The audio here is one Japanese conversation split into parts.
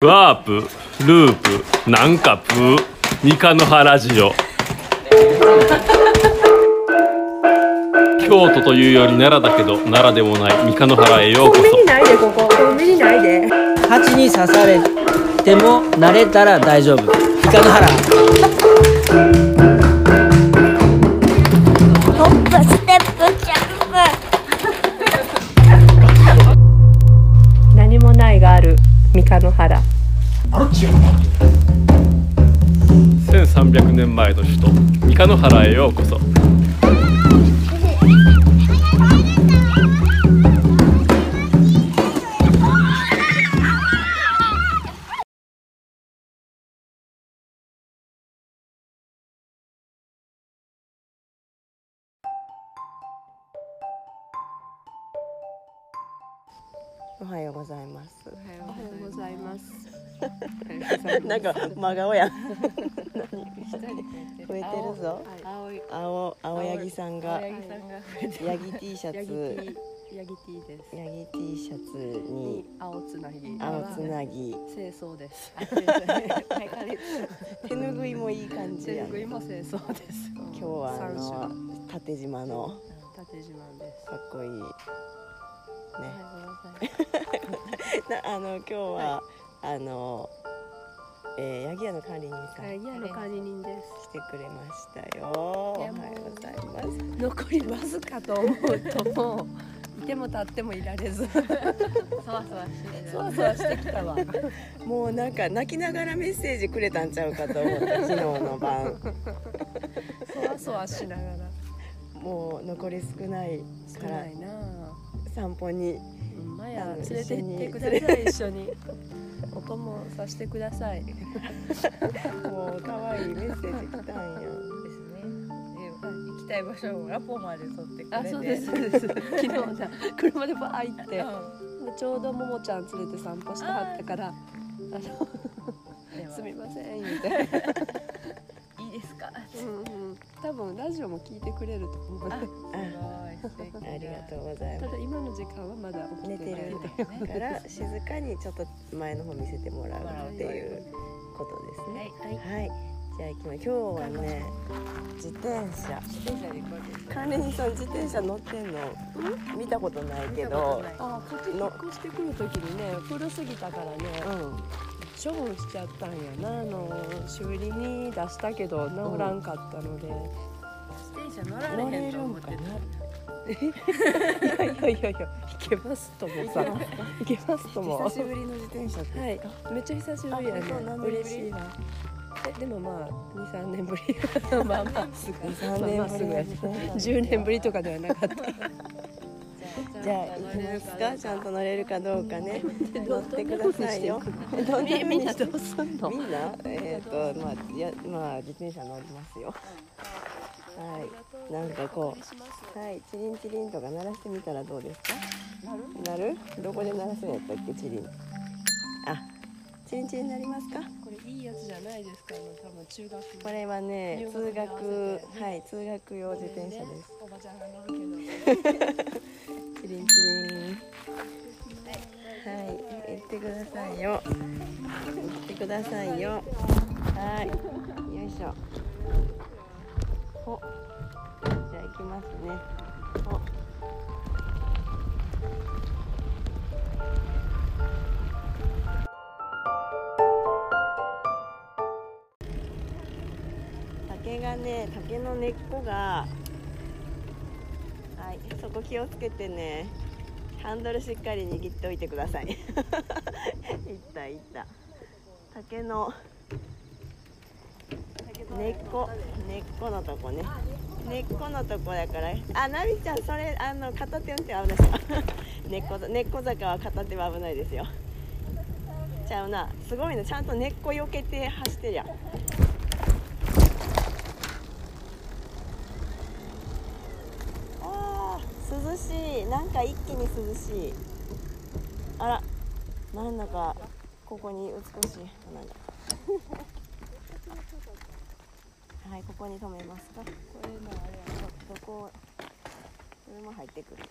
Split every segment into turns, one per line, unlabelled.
ワープループなんかプー三日の原ラジオ京都というより奈良だけど奈良でもない三日の原へようこ
コンビ
そ
ニないでここコンビニないで
蜂に刺されても慣れたら大丈夫イカの腹
ホップステップジャンプ
何もないがある三日の原
1300年前の首都三日の原へようこそ
おはようございます
おはようございます。
なんか真顔やん何増えてるぞ
青い
青青柳さんが
青柳さんが
ヤギ T シャ
ヤギ
ツ
ティヤギティです。
ヤギ T シャツに
青つなぎ。
青つなぎ
清掃です。
手ぬぐいもいい感じ
手
やん
拭い
今
も清掃です。今
日はあの縦縞の
縦自慢です。
かっこいいね
おはようござい
なあの今日はあのえーヤギ屋の管理人さん
ます。ヤギ屋の管理人で
来てくれましたよおはようございます
す。残りわずかと思うともういても立ってもいられず。
そわそわしてる
そわそわしてきたわ。
もうなんか泣きながらメッセージくれたんちゃうかと思った昨日の晩
そわそわしながら。
もう残り少ない
少
から
ないなあ。
散歩に
うんマヤ
あの
連れて行ってください一緒に。お供させてください。
もう可愛いメッセージ来たんや
ですね。で行きたい場所をラポまで取ってくれて。
あ、そうです。そうです。 昨日じゃ、車でバー行って
う、
でちょうどももちゃん連れて散歩してはったから。あの、
ん
すみません、み たいな。
いいですか。す
うんうん、多分ラジオも聞いてくれると思うね。
ごい素敵な。
ありがとうござい
た
ま
だ今の時間はまだ起
す寝て
きてない。
るから静かにちょっと前の方見せてもらうっていうことですね
はいはい
はいじゃあ行きましょう今日はね自転車
自転車で行こうです。
管理人さん自転車乗ってんの見たことないけど
見たことない
あ、こっち引っ越してくる時にね、古すぎたからね。
うん
処分しちゃったんやなあの修理に出したけど直らんかったので、
自転車乗られへんと思って
い
た。
やいやいやいやいけますともさいけますとも
久しぶりの自転車って、
はいめっちゃ久しぶりやね
あ本当何年ぶり
嬉しいわえでもまあ二三年ぶり まあまあすぐ
3
まあま
年
あ
ぶ
す
り
ぐ
の
や
自転 車
10年ぶりとかではなかった
じゃあ行きますかちゃんと乗れるかどうかね乗ってくださいよどんなふうにして
うすんの
みんなえっ、とまあやまあ自転車乗りますよはいなんかこうはいチリンチリンとか鳴らしてみたらどうですか鳴るどこで鳴らすんやったっけチリンあチリンチリン鳴りますか
これいいやつじゃないですかあの多分中学
これはね
入
通
学に合わせ
学
て
はい通学用自転車です
おばちゃんが乗るけど
チリンチリン。はい、行ってくださいよ。行ってくださいよ。はい、よいしょ。ほ。じゃあ行きますね。ほ。竹がね、竹の根っこが。はい、そこ気をつけてね。ハンドルしっかり握っておいてください。い ったいった。竹の。根っこ、根っこのとこね。根っこのとこだから、あ、なみちゃん、それ、あの、片手運転危ない ですよ。根っこ、根っこ坂は片手は危ないですよ。ちゃうな、すごいね、ちゃんと根っこ避けて走ってるやん。あー涼しいなんか一気に涼しいあらなんだかここに美しい花が はいここに止めますかこれのあれやどどこ車入ってくる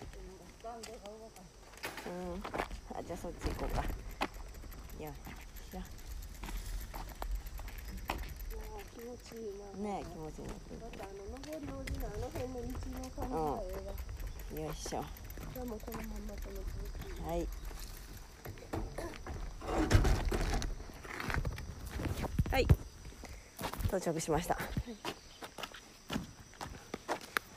うんあじゃあそっち行こうかよいしょ
ちいいな
ね気持ちいいなって
またあの上り下りのあの辺の道の感じがええわ
よいしょ
じゃあもうこのまんまこの続き
はいはい到着しました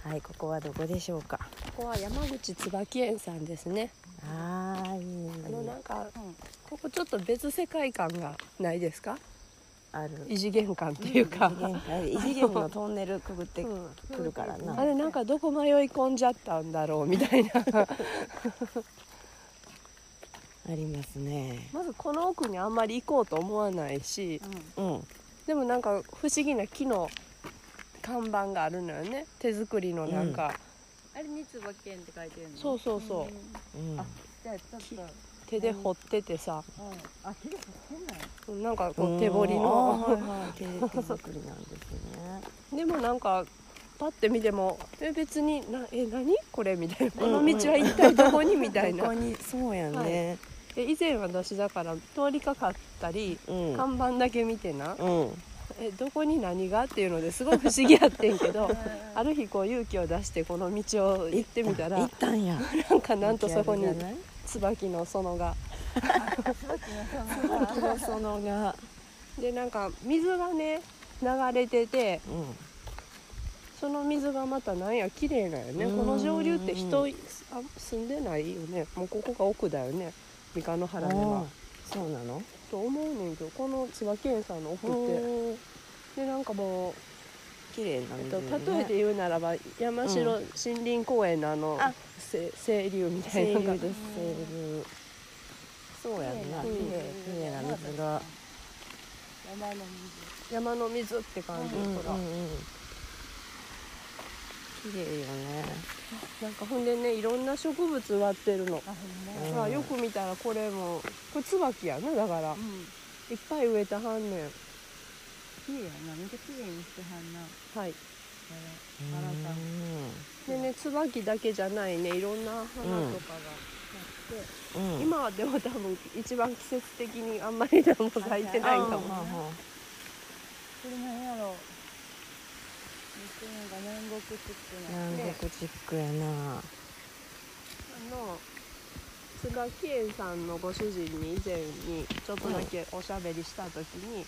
はいここはどこでしょうか
ここは山口椿園さんですね
あーいい
あのなんか、ここちょっと別世界観がないですか
ある
異次元感っていうか、
玄関異次元のトンネルくぐってくるからな、
あれなんかどこ迷い込んじゃったんだろうみたいな
ありますね
まずこの奥にあんまり行こうと思わないし
うん
でもなんか不思議な木の看板があるのよね手作りのなんか、
あれに椿園って書いてるの
そうそうそう、
ん
うん
あじゃあちょっ
手で掘っててさ
と、うん、あ手で掘ってんだよ
なんかこう手彫りの
うんはいはい手手作りなんですね
でもなんかパッて見てもえ別になえ何これみたいなこの道は一体どこにみたい
ここ
な
にそうやね、
で以前私だから通りかかったり
うん
看板だけ見てな
うん
えどこに何がっていうのですごい不思議やってんけどある日こう勇気を出してこの道を行ってみた
行
ら
ったんや
なんかなんとそこに
出来上がり
椿の園が
じゃないそのが
でなんか水がね流れてて
うん
その水がまたなんや綺麗なんよね
うん
この上流って人いあ住んでないよねもうここが奥だよね三河原で
お
は
ーそうなの
と思うねんけどこの椿園さんの奥って
おー
でなんかもう、
綺麗な
えっ
水、
と
ね、
例えて言うならば山城
う
森林公園のあの
あ
せ清流みたい
清
な
流
のが
です清流そうやんな
綺
綺
麗な
麗な水が
山の水
山の水って感じ
うんうんうん
ほら
綺麗よね
なんかほんでねいろんな植物植わってるの
あほんまや
うん
まあよく見たらこれもこれ椿やなだから
うん
いっぱい植えたはんねん
綺麗やなめっちゃ綺麗にしてはんな
はい
あらあらさん
でね椿だけじゃないねいろんな花とか
う
が、
んうん
今はでも多分一番季節的にあんまりでも咲いてないか
うん
も
うんうん
これなんやろうめっちゃなんか南国チックな
南国チックやな
あの椿園さんのご主人に以前にちょっとだけおしゃべりした時に、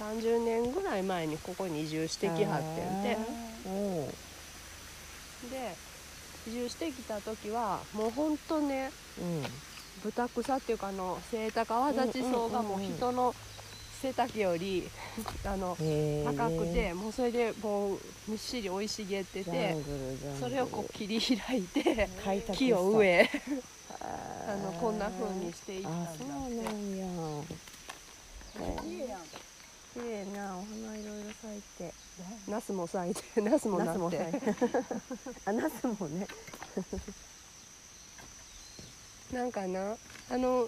30年ぐらい前にここに移住してきはってんて
おお
で移住してきた時はもうほんとね
うん
豚草っていうかあのセイタカワダチソウがもう人の背丈より あの
へー
高くてもうそれでもうむっしり生い茂って
ジャ
て
ングルジャングル
それをこう切り開いて
開拓
木を植
え
え
あ
あのこんな風にしていったんだ
あ
って
そうなんや
綺麗やん
綺麗なお花いろいろ咲いて
ナスも咲いて ナスもな
ナスも
っ
咲い
て
て あナスもね
なんかなあの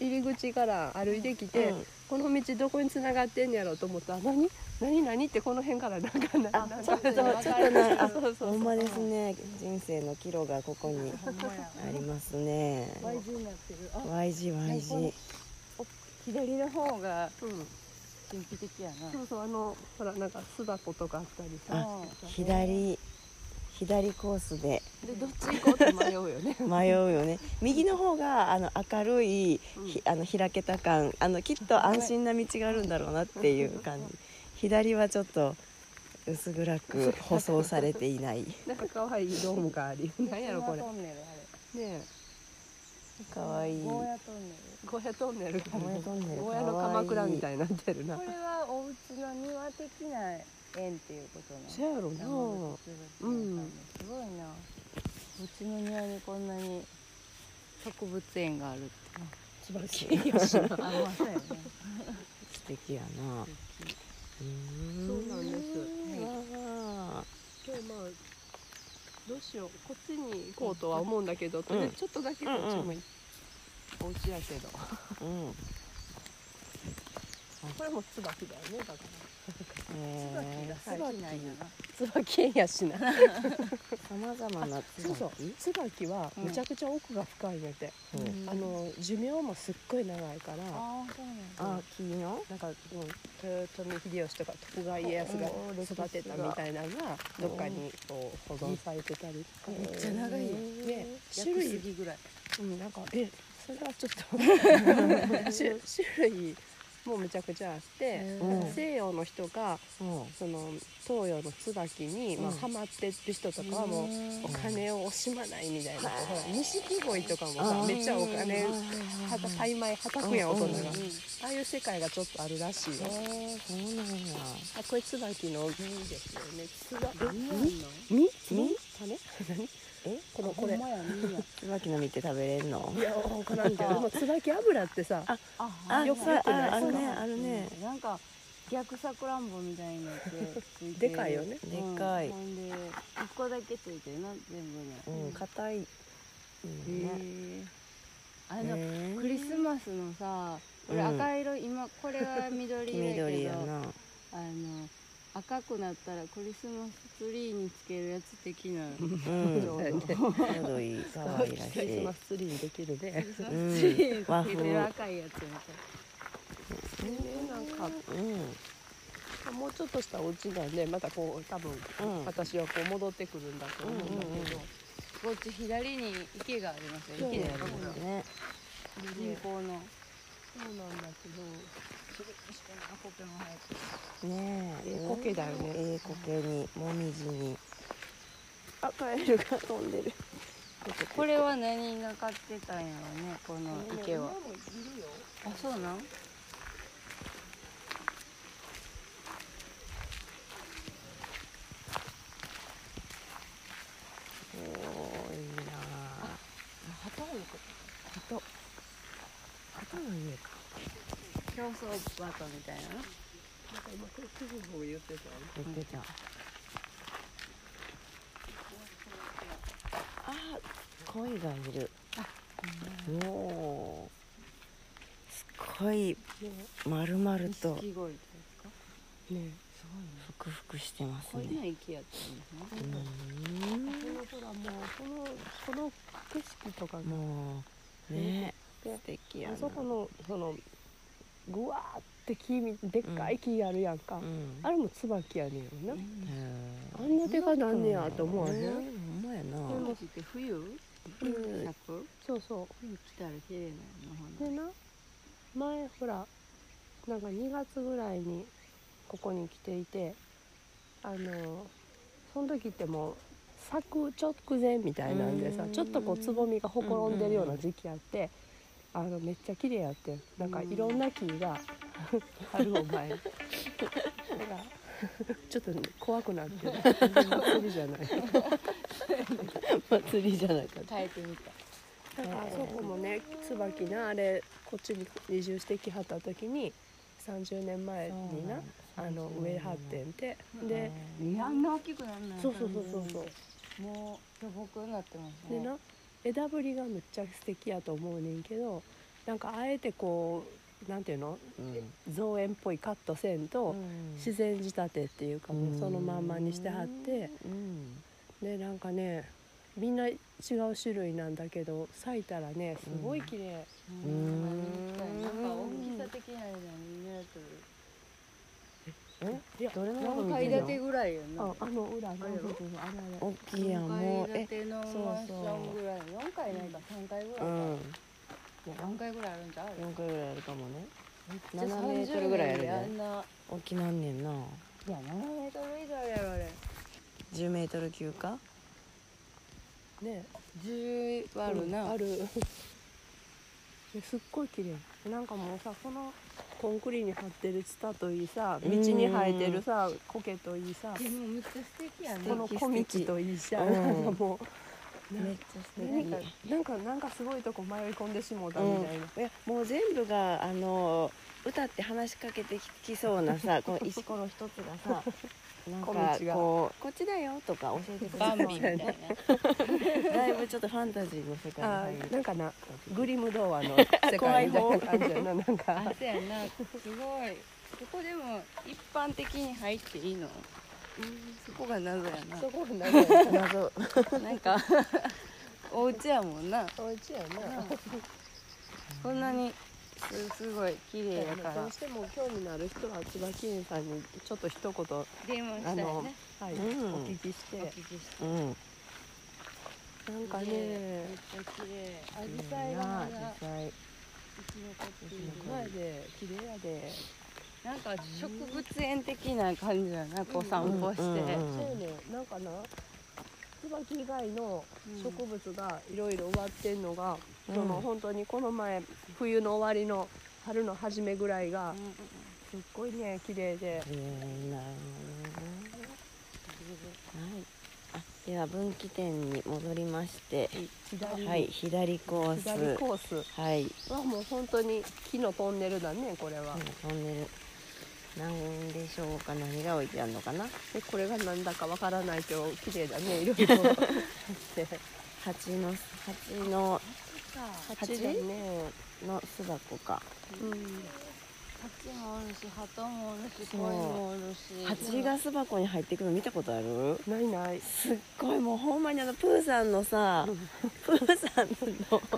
入り口から歩いてきて、
うん
この道どこに繋がってんやろうと思ったら何何何ってこの辺からなんかなな
ちょっとちょっと
なん
な
か
あ
そうそうそう
ほんまですね人生の岐路がここに
ほんまや
ありますね
Y 字になってるあ
Y 字 Y 字
はい左の方が
うん
神秘的や
そうそうあのほらなんか巣箱とかあったりさ
なうん
左左コースで
でどっち行こうって迷う よね
迷うよね右の方があの明るい、ひあの開けた感あのきっと安心な道があるんだろうなっていう感じ左はちょっと薄暗く舗装されていない
なんか可愛いドームがありなんやろこれね
ゴーヤトンネル
え
かわ
あ
い
れ
い
ゴー
ゴ
ヤトンネル
ゴーヤトンネルが
ーヤトンネル
ゴーヤの鎌倉み
い
たいになってるな
これはお家の庭的な園っていうことなの
せやろな
山口鶴っていう感じすごいなうちの庭にこんなに植物園があるって
素晴らしいよし
あまあそうやね
素敵やなう
そうなんです
すわあ
今日まあどうしようこっちに行こうとは思うんだけど、とりあえずちょっとだけこっちも行っお家やけど
うん
これも椿だよねだから
えー
椿が咲いてないよな
椿園やしな
さまざまな椿
そうそう椿はむちゃくちゃ奥が深いんやて、
うん
あの寿命もすっごい長いから
ああそうなんだ
あ木の
なんか、うん、豊臣秀吉とか徳川家康が育てたみたいなのがどっかにこう保存されてたりとか、
めっちゃ長いやん
で種
種類
類、
ぎぐらい
うん、なんかえそれはちょっと種種類もむちゃくちゃあって、
うん
西洋の人が
うん
その東洋の椿に、まあ、
うん
ハマってる人とかはもうお金を惜しまないみたいな、ほら錦鯉とかもさ
うん
めっちゃお金はた大枚はたくやん大人が、
うんうん
ああいう世界がちょっとあるらしいよ、
そうなんや
あこれ椿の実ですよね椿
みみ
種何
え
このこれ
ほんまやみんな
椿の実って食べれんの
いやわからんけどでも椿油ってさ
あ
あ
よく
そう
出てない
ああるね
そう
あるね
うんなんか逆さくらんぼみたいになってついて
で
る
かいよね
うん
でかい
ほんで一個だけついてるな全部ね
うん硬いんだよね
へえあ
え
の
ー
クリスマスのさこれ
うん
赤色、今これは緑色や
緑
け
や
ど
な
あの赤くなったらクリスマスツリーにつけるやつ的な
うん
ち
ち
ょ
ょ
うど
うどいい可愛らし
クリス
い
マスツリーにできるね
クリスマスツリーに
和
つけ
風
てる赤いやつみたいな
なんか
う
もうちょっとしたお家がねまたこう多分
んうん
私はこう戻ってくるんだと思うんだけど、
こっち左に池がありますよ
綺
池
麗
で
だね
人工
そう
の
なんだけど
アコペも生えてる
ねえ
ええ苔だよね
ええ苔にもみじに
あカエルが飛んでる
これは何が買ってたんやろねこの池はあそうなん
おーいいなあ鳩鳩の家か
競争バトみたいなの
言ってたあー鯉がいるもうすっごい丸々と
錦鯉ってやつか
ね
ふくふくしてます
これ
ね
の池やったんですね
このほらもうこのこの景色とか
うんもうね
で
素敵や
あ
な
そこのそのぐわーって木みでっかい木あるやんか、
うん
あれも椿やねんよな、
へー
あんな手がなんねやと思わへん、
ねほんまやな
この時って冬
うん
咲く
そうそ
冬来たら綺麗なのほん
うでな前ほらなんか2月ぐらいにここに来ていてあのその時ってもう咲く直前みたいなんでさ
うん
ちょっとこうつぼみがほころんでるような時期あってあのめっちゃ綺麗やってんなんかいろんな木が 春を前に なんかちょっとね怖くなっ てる祭りじゃない
祭りじゃなかった
耐えてみた
なんかあそこもね椿なあれこっちに移住してきはった時に30年前になあの植えはってんてで
あんな大きくなんない
そうそうそうそうそう
もう巨木になってます
で
ね
な枝ぶりがむっちゃ素敵やと思うねんけどなんかあえてこうなんていうの造園っぽいカットせんと自然仕立てっていうかもうそのまんまにしてはって
うん
でなんかねみんな違う種類なんだけど咲いたらねすごい綺麗
うーんなんか大きさ的なのに狙ってる
え
いや
どれのこと
4
見て
階
んの
建てぐらいやな
ああの裏の
大きいやんもう
4階
え
建てのマンションぐらい4階ないか3階ぐらいうか
ん
4階ぐらいあるんじゃう
4回ぐらいあるかもね
じゃあ
7メートルぐらいある
30年
ね
であんな
大きなんねんない
や7メートル以上やろあれ
10メートル級か
ね
10はあるな、
あるすっごい綺麗なんかもうさこのコンクリに張ってるツタといいさ道に生えてるさ苔といいさ
でもめっちゃ素敵やね
この小道といいさ
うん
なんかも
めっちゃ
うなんかなんかなんかすごいとこ迷い込んでしもうた
う
み
ん
たいな、
いやもう全部が あの歌って話しかけてきそうなさこの石ころ一つがさなん
小
か
道が
こうこっちだよとか教えてくれ
バ
た
ン
ん
ビ
です
み
よ
たい
ね
な
だいぶちょっとファンタジーの世界に
あ
入
ーな
る
んかなグリム童話の世界みたいな感じやななんか
あそうやなすごいここでも一般的に入っていいのそこが謎や
そ
な
こなんか謎
なん かお家やもんな
お家やな
こんなにすすごい綺麗やか
ど
ら
うしても興味のある人は椿園さんにちょっと一言、は
電話したいね
あのい
うん
お聞きして
お聞きし
う
て
ん
なんか
め
ね
っちゃ綺麗アジ
い
サイ
い
が
な
ま
あ
だ
実際
生き残っている
前で綺麗やで
なんか植物園的な感じだなこう散歩して、
うん
そうねなんかな椿以外の植物がいろいろ植わってんのが、
うん
その本当にこの前冬の終わりの春の初めぐらいが
うん
すっごいね綺麗で
えーなるほどねはいあでは分岐点に戻りまして
左,、
はい左コース
左コー
はい
スはもう本当に木のトンネルだねこれは、
トンネルなんでしょうか何が置いてあるのかな
でこれがなんだかわからないけど綺麗だ ねいろいろって
蜂の蜂の
鉢だね、
の巣箱か
うん、
蜂もおるし鳩もおるし
そ
鯉
う
もおるし
蜂が巣箱に入ってくの見たことある
ないない
すっごいもうほんまにあのプーさんのさプーさん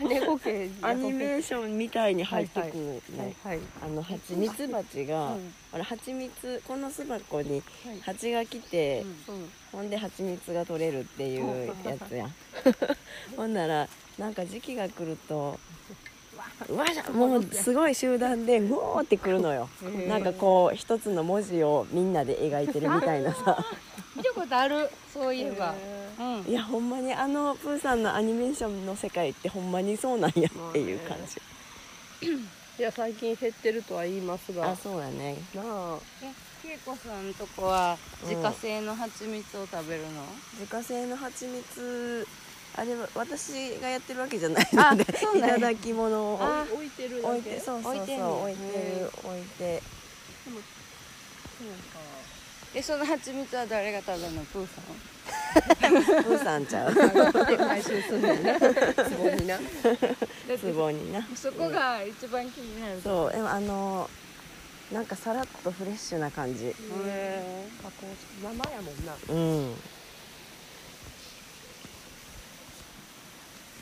の
猫系
アニメーションみたいに入ってくる
は
ね
いはい
あの蜂蜜蜂が、
うん
あれ蜂蜜この巣箱に
はい
蜂が来て、
うん
ほんで蜂蜜が取れるっていうやつやん ほんならなんか時期が来るとうわしゃもうすごい集団でうおーって来るのよ
へー
なんかこう一つの文字をみんなで描いてるみたいなさ
見たことあるそういえば、うん
いやほんまにあのプーさんのアニメーションの世界ってほんまにそうなんやっていう感じ、
いや最近減ってるとは言いますが
あそうやね
なあ
恵子さんとこは自家製の蜂蜜を食べるの、
自家製の蜂蜜あれは私がやってるわけじゃないので
そう
い
なんや
ただき物を
あ
置いてるだけ
置いてそうそうそう
置い
置いて
てん
る
の
置いて
えその蜂蜜は誰が食べるのプーさん
プーさんちゃう
回収するのねつぼにな
壺にな
そこが一番気になるう
そうでもあのなんかさらっとフレッシュな感じ
へ
加工し生やもんな
うん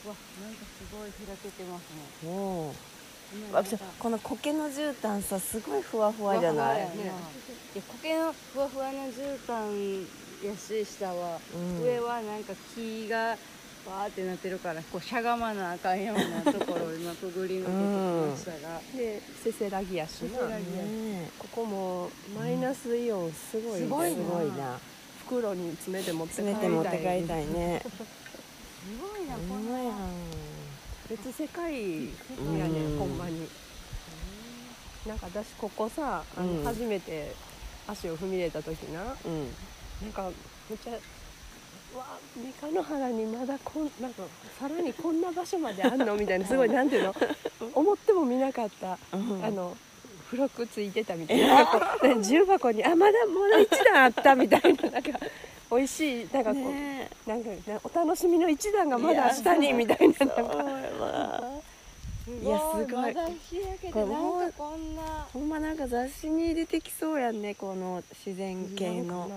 ーわなんかすごい開けてますね
もう
今
あ
なんか
この苔の絨毯さすごいふわふわじゃない
ねいや苔のふわふわの絨毯やし下は、
うん
上はなんか木がバーってなってるからこうしゃがまなあかんようなとこ ろを今くぐり抜けてきましたが、
でせせらぎやしな
ね
ここもマイナスイオンすごい、
えすごいな
袋に詰めて持って帰
詰
り
め
た
て
い
持って帰りたいね
すごいな
う
こんな
まいやん
別世界やね、
うん
ほんまになんか私ここさあの、
うん
初めて足を踏み入れた時な
うん
なんかめっちゃうわ三日の原にまだこんなんかさらにこんな場所まであん のみたいなすごいなんていうの思っても見なかった、
ん
あの付録ついてたみたい ななんかこう重箱にあまだまだ一段あったみたいななんか美味しいなんかこう、
ねえ
なんかなお楽しみの一段がまだ下にみたいななんか
いやすごい
まだ開
こ
けて
れ
なんかこんな
ほんまなんか雑誌に出てきそうやんねこの自然系の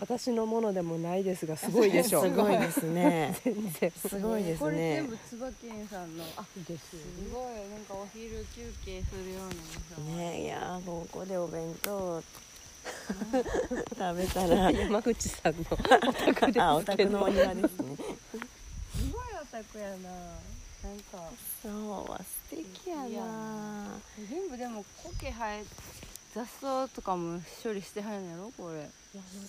私のものでもないですがすごいでし ょ
すごいですね
全然
すごいですね
これ全部椿園さんのあ
です
すごいなんかお昼休憩するようなお店
ねいやーもうここでお弁当食べた ら
山口さんの
あ お宅のお庭ですね
すごいお宅やななんか
そうは素敵やない
や全部でも苔生え雑草とかも処理してはるんやろこれ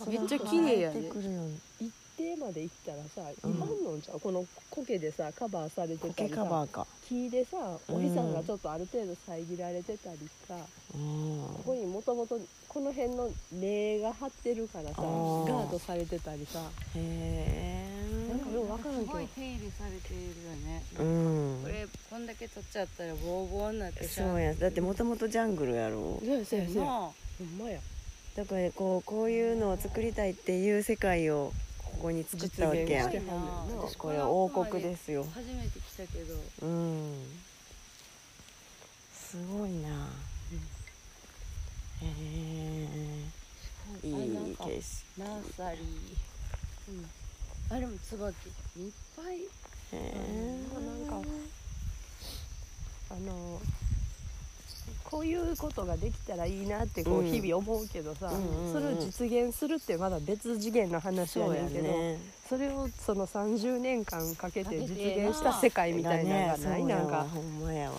めっちゃ綺麗や
入っ
ね
てくるよ
一定まで行ったらさ、いらんのんちゃうこの苔でさカバーされてた
苔
り
カ
さ
バーか
木でさお日さんがちょっとある程度遮られてたりさ、
うん
ここにもともとこの辺の根が張ってるからさ
あ
ガ
ー
ードされてたりさ
へ
なんか
え
ようわからん
す
けど
ごい手入れされているよね
うん
これこんだけ取っちゃったらボーボーになってしゃ
そうやだってもともとジャングルやろ
そうやそうやそうや
の
ほんまや
だからこうこういうのを作りたいっていう世界をここに作ったわけやん
実現してはんねんな
私これは王国ですよ
初めて来たけど
うんすごいなへえい
あなん
い
か
景色
ナーサリー、うん、あれも椿いっぱ
へ
い
え
なんかあのこういうことができたらいいなってこう
うん
日々思うけどさ、
うんうん
それを実現するってまだ別次元の話や
そう
ね
や
んけどそ,、
ね
れをその30年間かけて
かけ
実
て
現した世界みたいなのが
そ
ない、
うや
なん
わ
か
ほんまやわ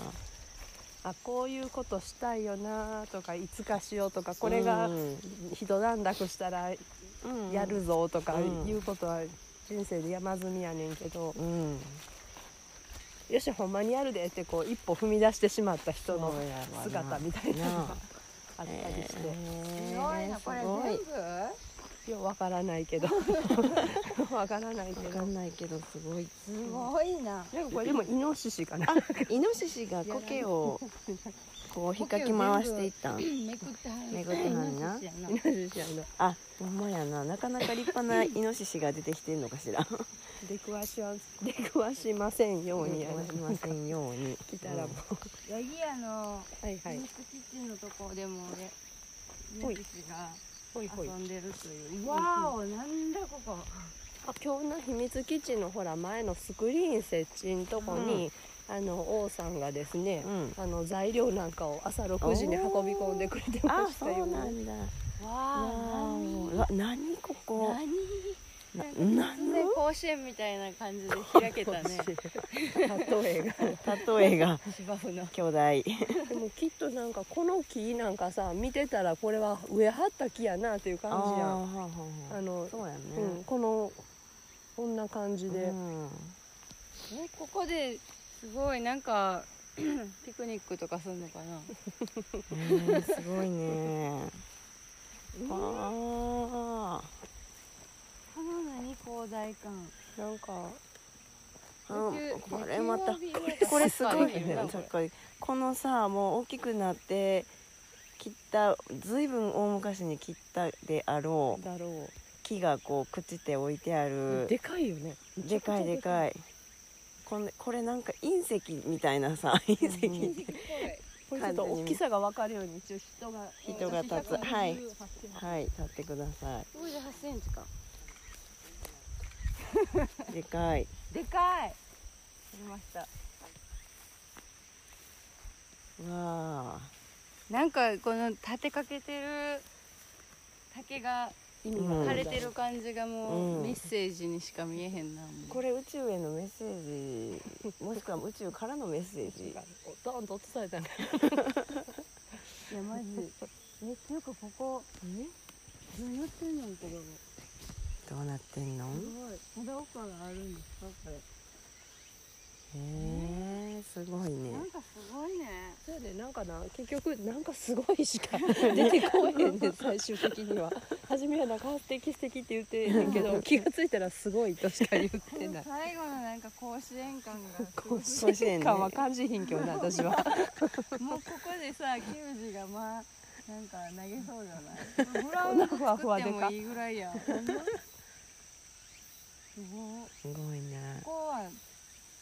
あこういうことしたいよなとかいつかしようとかこれが
うん
一段落したらやるぞとか
うん
いうことは人生で山積みやねんけど、
うん
よしほんまにやるでってこう一歩踏み出してしまった人の
そうやわな
姿みたいなのが
な
あったり
へ
して、
えす
これ
ごい
全部
ようわからな いけどわからないけ
わ
ど
かんないけどすごい。
すごいな
なんかこれでもイノシシかな
あ、イノシシが苔をこう引っかき回していったん。
めくってはる
めぐってはるな
イノシシや
イノシシやの
あ、ほんまやな。なかなか立派なイノシシが出てきてんのか しら。
出くわしは出くわしませんようにやな
しませんように。
来たらもう、
ヤギ屋の
はいは
ミ
い
ックキッチンのとこでも俺
ほ
ミ
い
ックスが
ほいほい
遊んでるというわおなんだここ
あ今日の秘密基地のほら前のスクリーン設置のとこに、あの王さんがですね、
うん
あの材料なんかを朝6時に運び込んでくれてま
あ、
し
そ
たよ
うなんだ。わ
わ
ーお。わ、なに ここ。なな
突然甲子園みたいな感じで開けたね
例えが
例えが
芝生 の
巨大。
でもきっとなんかこの木なんかさ見てたらこれは植えはった木やなっていう
あー
感じやん
はは
あ
は
の
そうやね。
うん、このこんな感じで、
うん
えここですごいなんか ピクニックとかすんのかな
ねすごいね。あ
この何広大感
なんか
あ、うん、
野球
これまた
野。球 OB
これすごい
サッカーできる
ね
な
ち
こ
ょっ
れ
とこのさもう大きくなって切ったずいぶん大昔に切ったであろう
だろ
木がこう朽ちて置いてあ
う
る
でかいよね
でかいでかいこんこれなんか隕石みたいなさ隕石
これちょっと大きさが分かるように一応人が
人が立つ
158
はいはい立ってくださ
センチか
いでかい
でかい取りました
わあ
なんかこの立てかけてる竹が
意味
うん
がある
枯れ
んだ
てる感じがも
うん
うメッセージにしか見えへんなもう
これ宇宙へのメッセージもしくは宇宙からのメッセージ
ドンと落とされたね
いやマジえっていうかここえ何やってんのこれ
どうなってんの
すごいまだ奥があるんですかこれ
へえすごいね
なんかすごいね
そうやでなんかな結局なんかすごいしか出てこえへんねん最終的には初めはなんかあ素敵素敵って言ってんねんけど気がついたらすごいとしか言っ てない
最後のなんか甲子園感が すごい
甲子園感は感じひんけどな私は
もうここでさ球児がまあなんか投げそうじゃないフラン
ふわふわでか
作ってもいいぐらい やんほんますごい
すごいね
ここは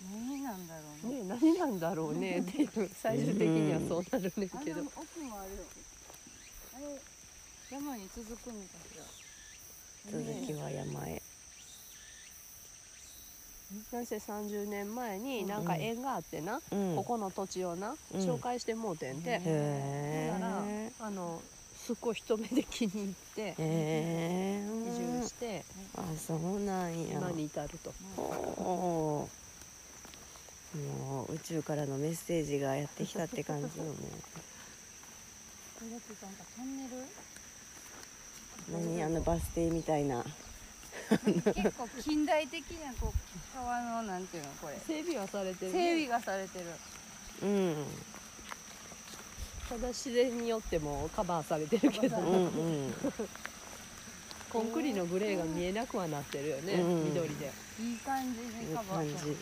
何なんだろうね
ね何なんだろうねっていう最終的にはそうなるねん
あん
け
な
ど
奥もあるよあれ山に続くのかしら
続きは山へ。
なんせ30年前になんか縁があってな、
うん
ここの土地をな、
うん
紹介してもうてんで、
へ
だから
え。
あのすっごい一目で気に入って
へえ。
移住して
あ、そうなんや。
今に至ると、
ほうもう宇宙からのメッセージがやってきたって感じよね。
これだってなんかトンネル
何あのバス停みたいな。
結構近代的なこう川のなんていうのこれ
整備はされてる、
整
ね、
備がされてる
うん。
ただ自然によってもカバーされてるけど
うんうん。
コンクリのグレーが見えなくはなってるよね、
うん
緑で
いい感じ
い
に
い
カバ
感
ー
じ
されてる。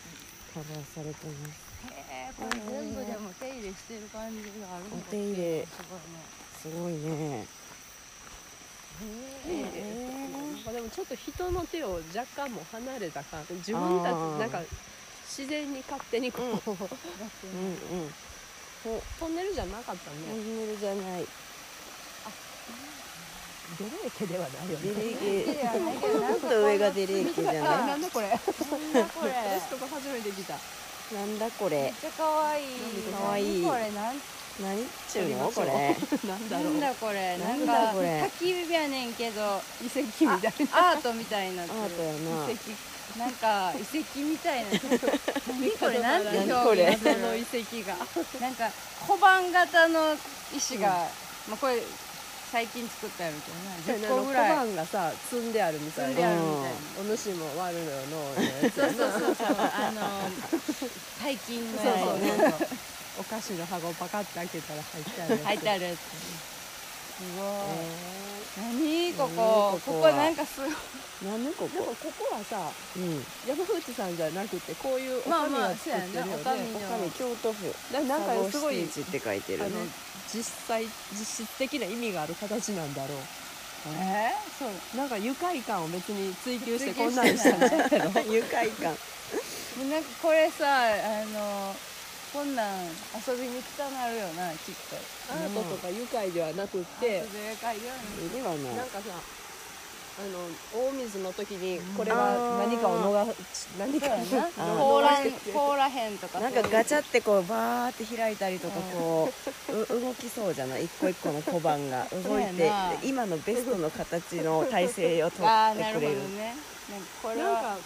カバーされてます。
へえこれ全部でも手入れしてる感じがあるのか
お手入れ
すごいね
すごいね。
なんかでもちょっと人の手を若干もう離れた感じ自分た
あ
ち
ー
なんか自然に勝手にこう、
うんうん
こうトンネルじゃなかったね、
トンネルじゃない
デレーケではないよ
デ
ね
レゲもっと上がデレゲじゃ ない
なんだ これ
これ
私とか初めて来た
なんだこれ
めっちゃ可愛い
可愛い
何これなん
何っちゅうのこれ
なんだ
な
ろうん
だこれ
な
なんん
だ
か
これ
焚き火やねんけど
遺跡みたいな
アートみたいになって
ア
る
ートやな
遺跡なんか遺跡みたいな何これなんて
何こ
表
れ
現する
謎の遺跡が
なんか小判型の石が、まあこれ最近作ったやろけどな10個ぐ
小
らい
判がさ積んであるみた
積
い
んで
な
あるみたいな。
お主も悪のよ
そ
の
うそうそうそう、あの最近のや
そう
つ
そうそうお菓子の箱をパカッて開けたら入ってある
入ってあ
る
るやつ。すごい。何こ
何こ
こ、
こ
こ
は
こなんかすごい。
何こ
でも
こ
ここはさ
うん
山口さんじゃなくてこういうお
まあ
か
ま
が
あ
作ってるよね、
そうやな
おかみ京都府
だなん
佐
か
合
すごい
敷地って書いて
あ
る
の
ね
実際実質的な意味がある形なんだろ
えそう。
うなんか愉快感を別に追求してこんな
追
ん
求
し
して
た
なんい
じゃないの
愉快感
もうなんかこれさ、あのこんなん遊びに来たなるよな、きっと。
アートとか愉快ではなくって
遊びに来たなるよな
ではない
なんかさあの大水の時にこれは何かを逃し何かを
そうやな。
あー
凍らん
逃して
凍らへんとか。
なんかガチャってこうバーって開いたりとかこうう動きそうじゃない一個一個の小判が動い
そう
て
やな
今のベストの形の体勢をとっ
ああー、
て
なる
く
ほど
れる
ね。なんかこれ
なん
は
かね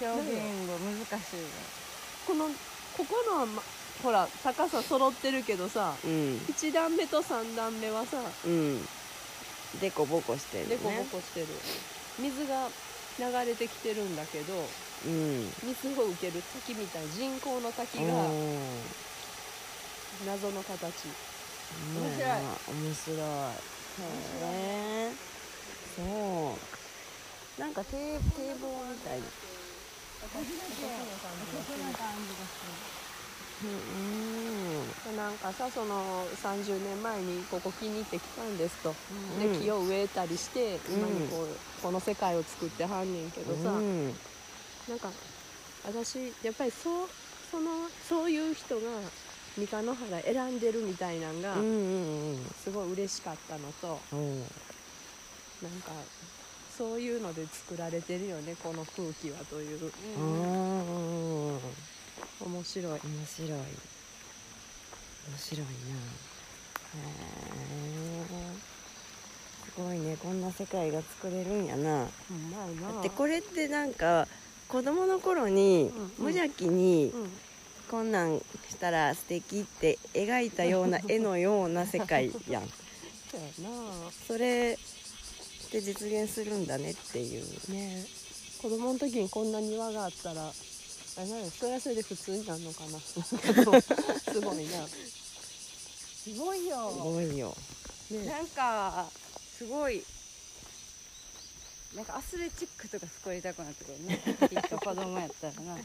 表現が難しいね。
このここの、ま、ほら高さ揃ってるけどさ
うん
1段目と3段目はさ
うんでこぼこしてる
でこぼ
ね
こしてる、水が流れてきてるんだけど
うん
水を受ける滝みたいな人工の滝
うん
が謎の形、
面白い面白いへえそうなんか堤堤防みたいなうんうん
でなんかさその30年前にここ気に入ってきたんですと、
うん
で木を植えたりして
うん
今にこう、この世界を作ってはんねんけどさ、
うん
なんか私やっぱりそうそのそういう人が三日野原選んでるみたいなんが
うんうんうん
すごい嬉しかったのと、
うん
なんかそういうので作られてるよねこの空気はという
うん面
面白
白い
い。
面白いなへえすごいねこんな世界が作れるんやな
うまいな
だってこれってなんか子供の頃に
うんうん
無邪気に
うん
こんなんしたら素敵って描いたような絵のような世界やん
そうやな
それって実現するんだねっていう
ねえ子供の時にこんな庭があったらあれなんだそれはそれで普通になるのか なすごいな
すごいよ。
すごいよ
ね
なんかすごいなんかアスレチックとかすごい痛くなってくるねきっと子供やったらな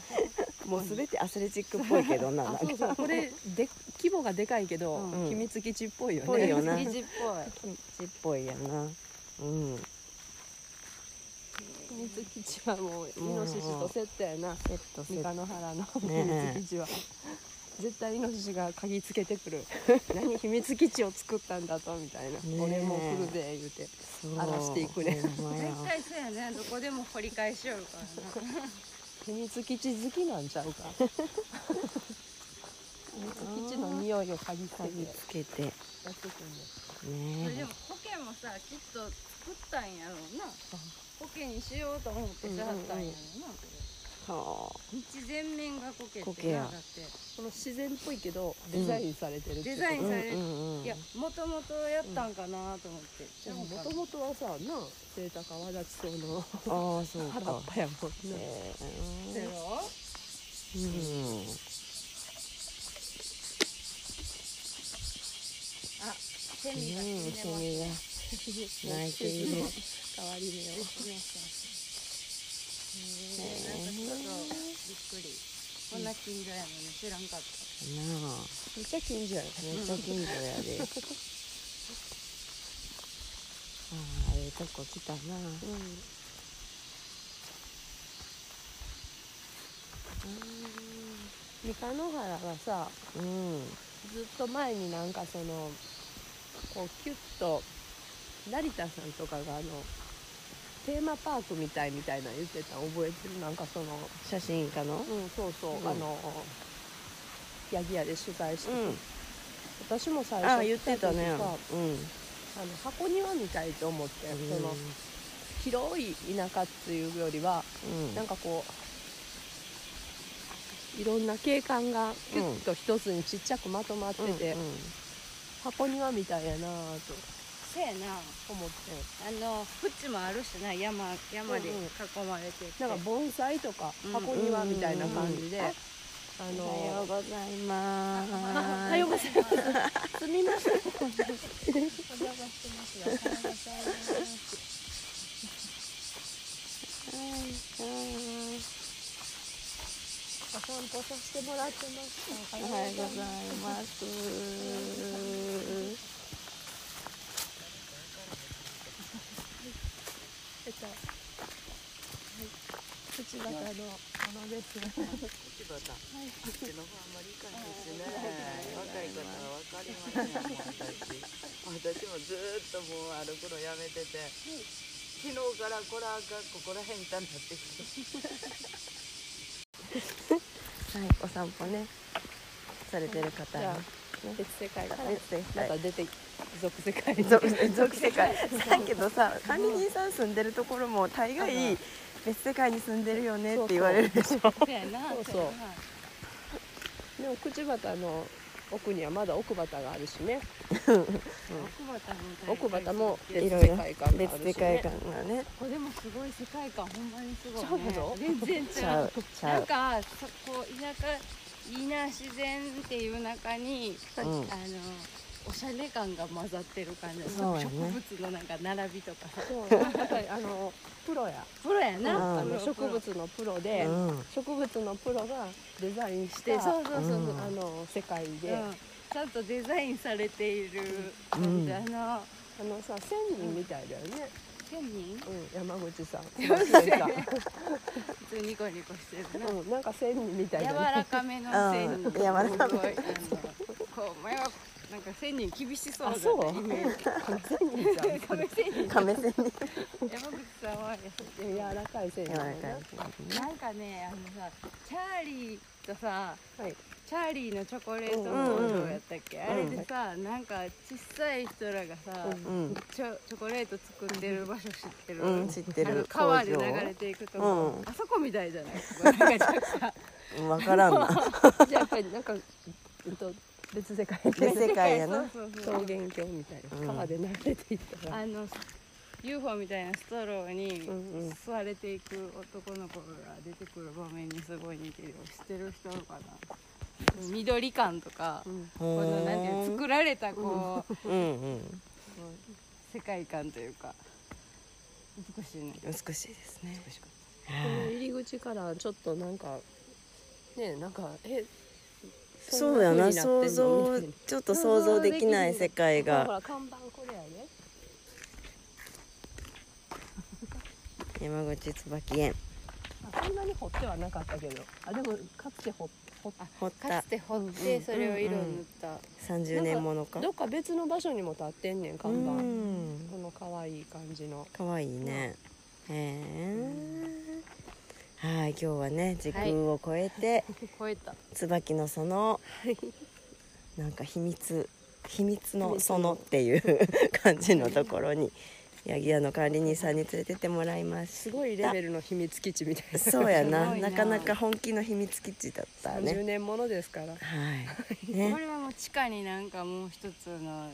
もう全てアスレチックっぽいけど ななん
あ
か
そうそうこれで規模がでかいけど、
うん
秘密基地っぽいよ
ぽい
ね
よな
築地っ
キッチンっぽいやなうん
秘密基地はもうイノシシとセットやな
セットセット
三日野原の
ね
秘密基地は、絶対イノシシが嗅ぎつけてくる何秘密基地を作ったんだとみたい
ね
な、
え
俺もう来るぜ言うて
そう
荒らしていくね
ほんま
ぽ
や
い絶対そうやねどこでも掘り返しよるからな
秘密基地好きなんちゃうか秘密基地の匂いを嗅ぎつ
つけ
けてや
てね
ってくんね
それで
え
もコケもさきっと作ったんやろうなコケにしようと思ってしはったんやろうな
は
道全面がコケっ
コ
て
ケや
なだって
この自然っぽいけどデザインされてるって
デザイ
あ
ン
うん
され
う
る
んうん
いやもともとやったんかなと思ってちゃう
も
んかな
ともとはさなあセイタカワダチソウの
ああそう
原
か
っぱやもんな、
え
せや
ーう
ろ
ん
あセ
うん、
ミが死ん
セ
でます
ミが鳴いている。
変わり目を
なんかちょっとびっくり。こんな近所やのに知らんかっ
な
た。
あ、
めっちゃ近所やね
めっちゃ近所やで。ああ、あれとこ来たな、
三日野原はさ
うん、
ずっと前になんかそのこうキュッと成田さんとかがあのテーマパークみたいみたいなの言ってたの覚えてるなんかその
写真家の
うんそうそう、
うん
あのヤギ屋で取材してて、
う
私も最
ん、あ
初
言ってたね
来時さ
うん
あの箱庭みたいと思って、
うん
その広い田舎っていうよりは
うん
なんかこういろんな景観がキュッと一つにちっちゃくまとまってて、
うんうん
箱庭みたいやなぁと
せやな
思って
あの縁もあるしな山山で囲まれてて
なんか盆栽とか
うん
箱庭みたいな感じで、あ
おはよ
の
うございます
おはようございますすみませんお散歩させてもらってました
おはようございます。
えっとはい口形のものです
若い方は分かりませんもん私私もずーっともう歩くのやめてて、昨日からこらあかんここら辺痛なってきて
はい、お散歩ね。されてる方
じ
に
ゃあ。別世界から
えぜひ
また出て属世界に
俗俗世界だけどさ管理人さん住んでるところも大概別世界に住んでるよねって言われるでしょ
せやな
そうそう
せやな
でも口端の奥にはまだ奥端があるしね奥
奥畑
端も別
いろい
世
ろ
界観があるし、ね、
別世界観がね
これもすごい世界観ほんまにすごい、ね、
ちゃうやろ
全然
ち
ちゃ
ゃ
う
うち
な
ゃ
ん
う
かそこ田舎いいな自然っていう中に、
うん
あのおしゃれ感が混ざってる感じ、
そうやね
植物のなんか並びとかさ
そうやっぱりあのプロや
プロや
うん
な、
あの
プロ
植
プロ
物のプロで、
うん
植物のプロがデザインし
で
て
そうそうそうそう、
うん
あの世界で、
うんちゃんとデザインされている
うん
感じ、あの
あのさ仙人みたいだよね、
仙人
うん、山口 さん
山口
さん
さん普通ニコニコしてるな、
うん、なんか仙人みたい
柔
だね
らかめの仙
う
人
ん柔らかめ
すごいあのこう前はなんか仙人厳しそうだ
あ
ね
そう仙人さん
亀仙人
亀仙人
山口さんは
柔らかい仙人
柔らか
だね
い
なんかねあのさチャーリーとさ
はい
チャーリーのチョコレート
んうん
モードやったっけ、あれでさなんか小さい人らがさ、
うん
チョチョコレート作ってる場所知ってる、
うん知って
あの
る
川で流れていくとこ、
うん
あそこみたいじゃないなんかちょ っ
わからんな
じゃあやっぱりなんか、うんと、別世界
と
別世界やな
そうそうそう
桃源郷みたい
うん
な川で流れていったら、
あの UFO みたいなストローに
うんうん
吸われていく男の子が出てくる場面にすごい似てるよ知ってる人かな緑感とか、このなんていうの作られたこう、
うんうん
世界観というか美しいね
美しいですね
この入り口からちょっとなんかねえなんかえ
そうやな
そん
想
な風になってん
像
の
ちょっと想像できない世界
みたいなほ
が
ら看板これやね
山口椿園
あそんなに掘ってはなかったけどあでもかつて掘っ掘っ
掘 っ
か
た
つて掘ってそれを色を塗った、
30年ものか
どっか別の場所にも立ってんねん
う
看板
ん
この可愛い感じの
かわいいねへえはい今日はね時空を超えて
超えた
椿のそのなんか秘密秘密のそのっていう 感じのところにヤギ屋の管理人さんに連れてってもらいまし
すごいレベルの秘密基地みたい
たそうや
す
な
ごいな
なかなか本気の秘密基地だった
な
ね
30年ものですから
はい
こ
ね
れはもう地下になんかもう一つの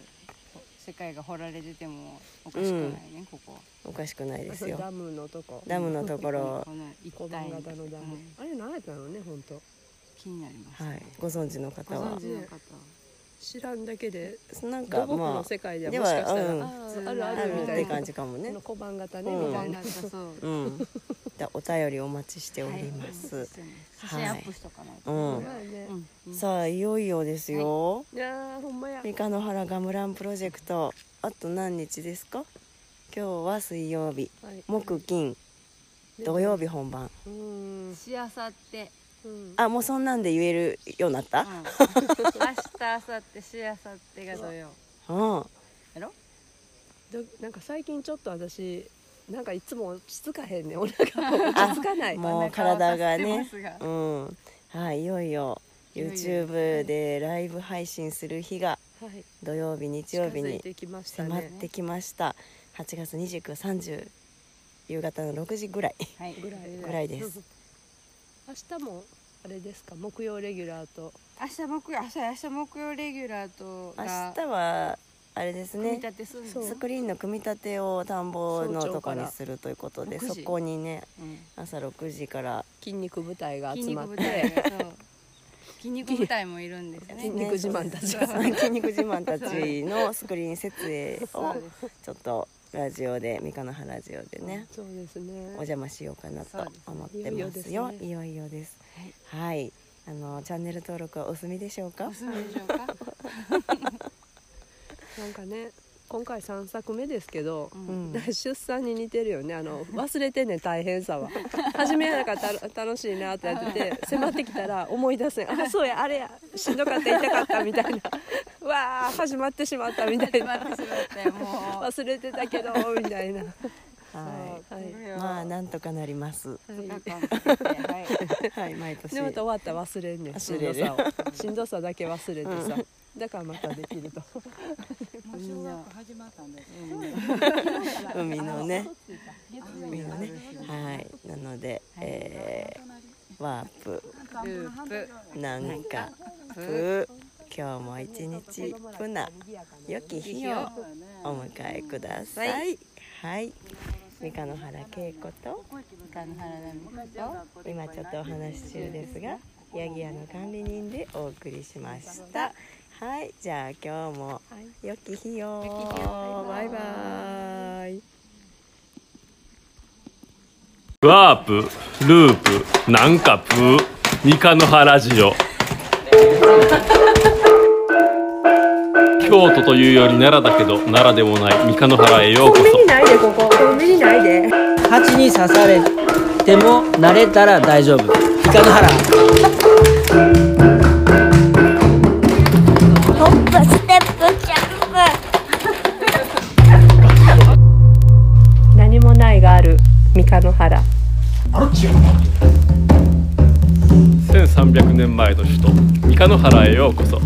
世界が掘られててもおかしくないね、ここ
おかしくないですよ
ダムのとこ
ダムのところを
この一
小
体
判
に
型のダム、
うん
あれ何やったのね本当
気になります、
はいご存知の
ご
方
存
は
知の方
知らんだけで
なん
土
か
木
ま
の
あ
世界では
で
もしかしたら、
はうん
ああるあ
あ
る
る
み
ったて
いな、
感じかもね
この小判型ね、
うん
み
ご
たい
存
な
知の方そう
うんじゃあお便りお待ちしてお
はい
ります、
写真アップしとかないと、
うん
まあね
うんうん
さあいよいよですよ、
いやーほんまや
三日野原ガムランプロジェクトあと何日ですか
今日は水曜日
はい
木金土曜日本番
うん
しあさって
うん
あもうそんなんで言えるようになっ
う
た
ん明日あさってしあさってが土曜
うん
やろ
どなんか最近ちょっと私なんかいつも落ち着かへんねお腹が落ち着かない
あもう体がね
真ん中は刺してますが
うんはいいよいよ
いよいよ
YouTube でライブ配信する日が
はい
土曜日日
近
曜日
づい
に
てきました
迫っ
ね
てきました8月2930夕方の6時ぐらい
はい
ぐらい
ぐらいです
明日もあれですか木曜レギュラーと
明日木曜明日明日木曜レギュラーと
明
が
日はあれです
組み
ね
立てすんの
そう
スクリーンの組み立てを田んぼのと
早朝
こ
から
にするということで
6
そ
時
こにね
うん
朝6時から
筋肉部隊が
筋
集ま
肉
っ
部
て
隊がそう筋肉部隊もいるんです
筋
ね
肉自慢たちが
そう 筋肉自慢たちのスクリーン設営をちょっとラジオで三河原ラジオでね
そうですね
お邪魔しようかなと思ってます
そ
よ
うですね
いよいよですはいあのチャンネル登録はお済みでしょうか
おすすめでしょうか
なんかね今回3作目ですけど、
うん
出産に似てるよねあの忘れてんねん大変さは初めはなんかた楽しいなってやって て迫ってきたら思い出せんあそうやあれやしんどかった痛かったみ たいなわあ始まってしまったみたいな
待ってしまってもう
忘れてたけどみたいな
は
はい
そ
い
れを
まあなんとかなります
なんかはい
はい毎年
でまた終わったら忘れんねんしん
忘
ど
れる
さをしんどさだけ忘れてさ、だからまたできると
もう小学校始まったんですね
海のね海のねはいなのでえーワープ
ループ
なんかぷ今日も一日ぷな良き日をお迎えくださいはい三河原恵子と
他の原田美香と
今ちょっとお話し中ですがヤギ屋の管理人でお送りしましたはいじゃあ今日も良き日をバイバイ
ワープループなんかプー三河の原ジオ京都というより奈良だけど奈良でもない三河の原へようこそ
蜂に刺されても慣れたら大丈夫イカの腹
ホップステップジャンプ
何もないがある三日の原
1300年前の首都三河原へようこそ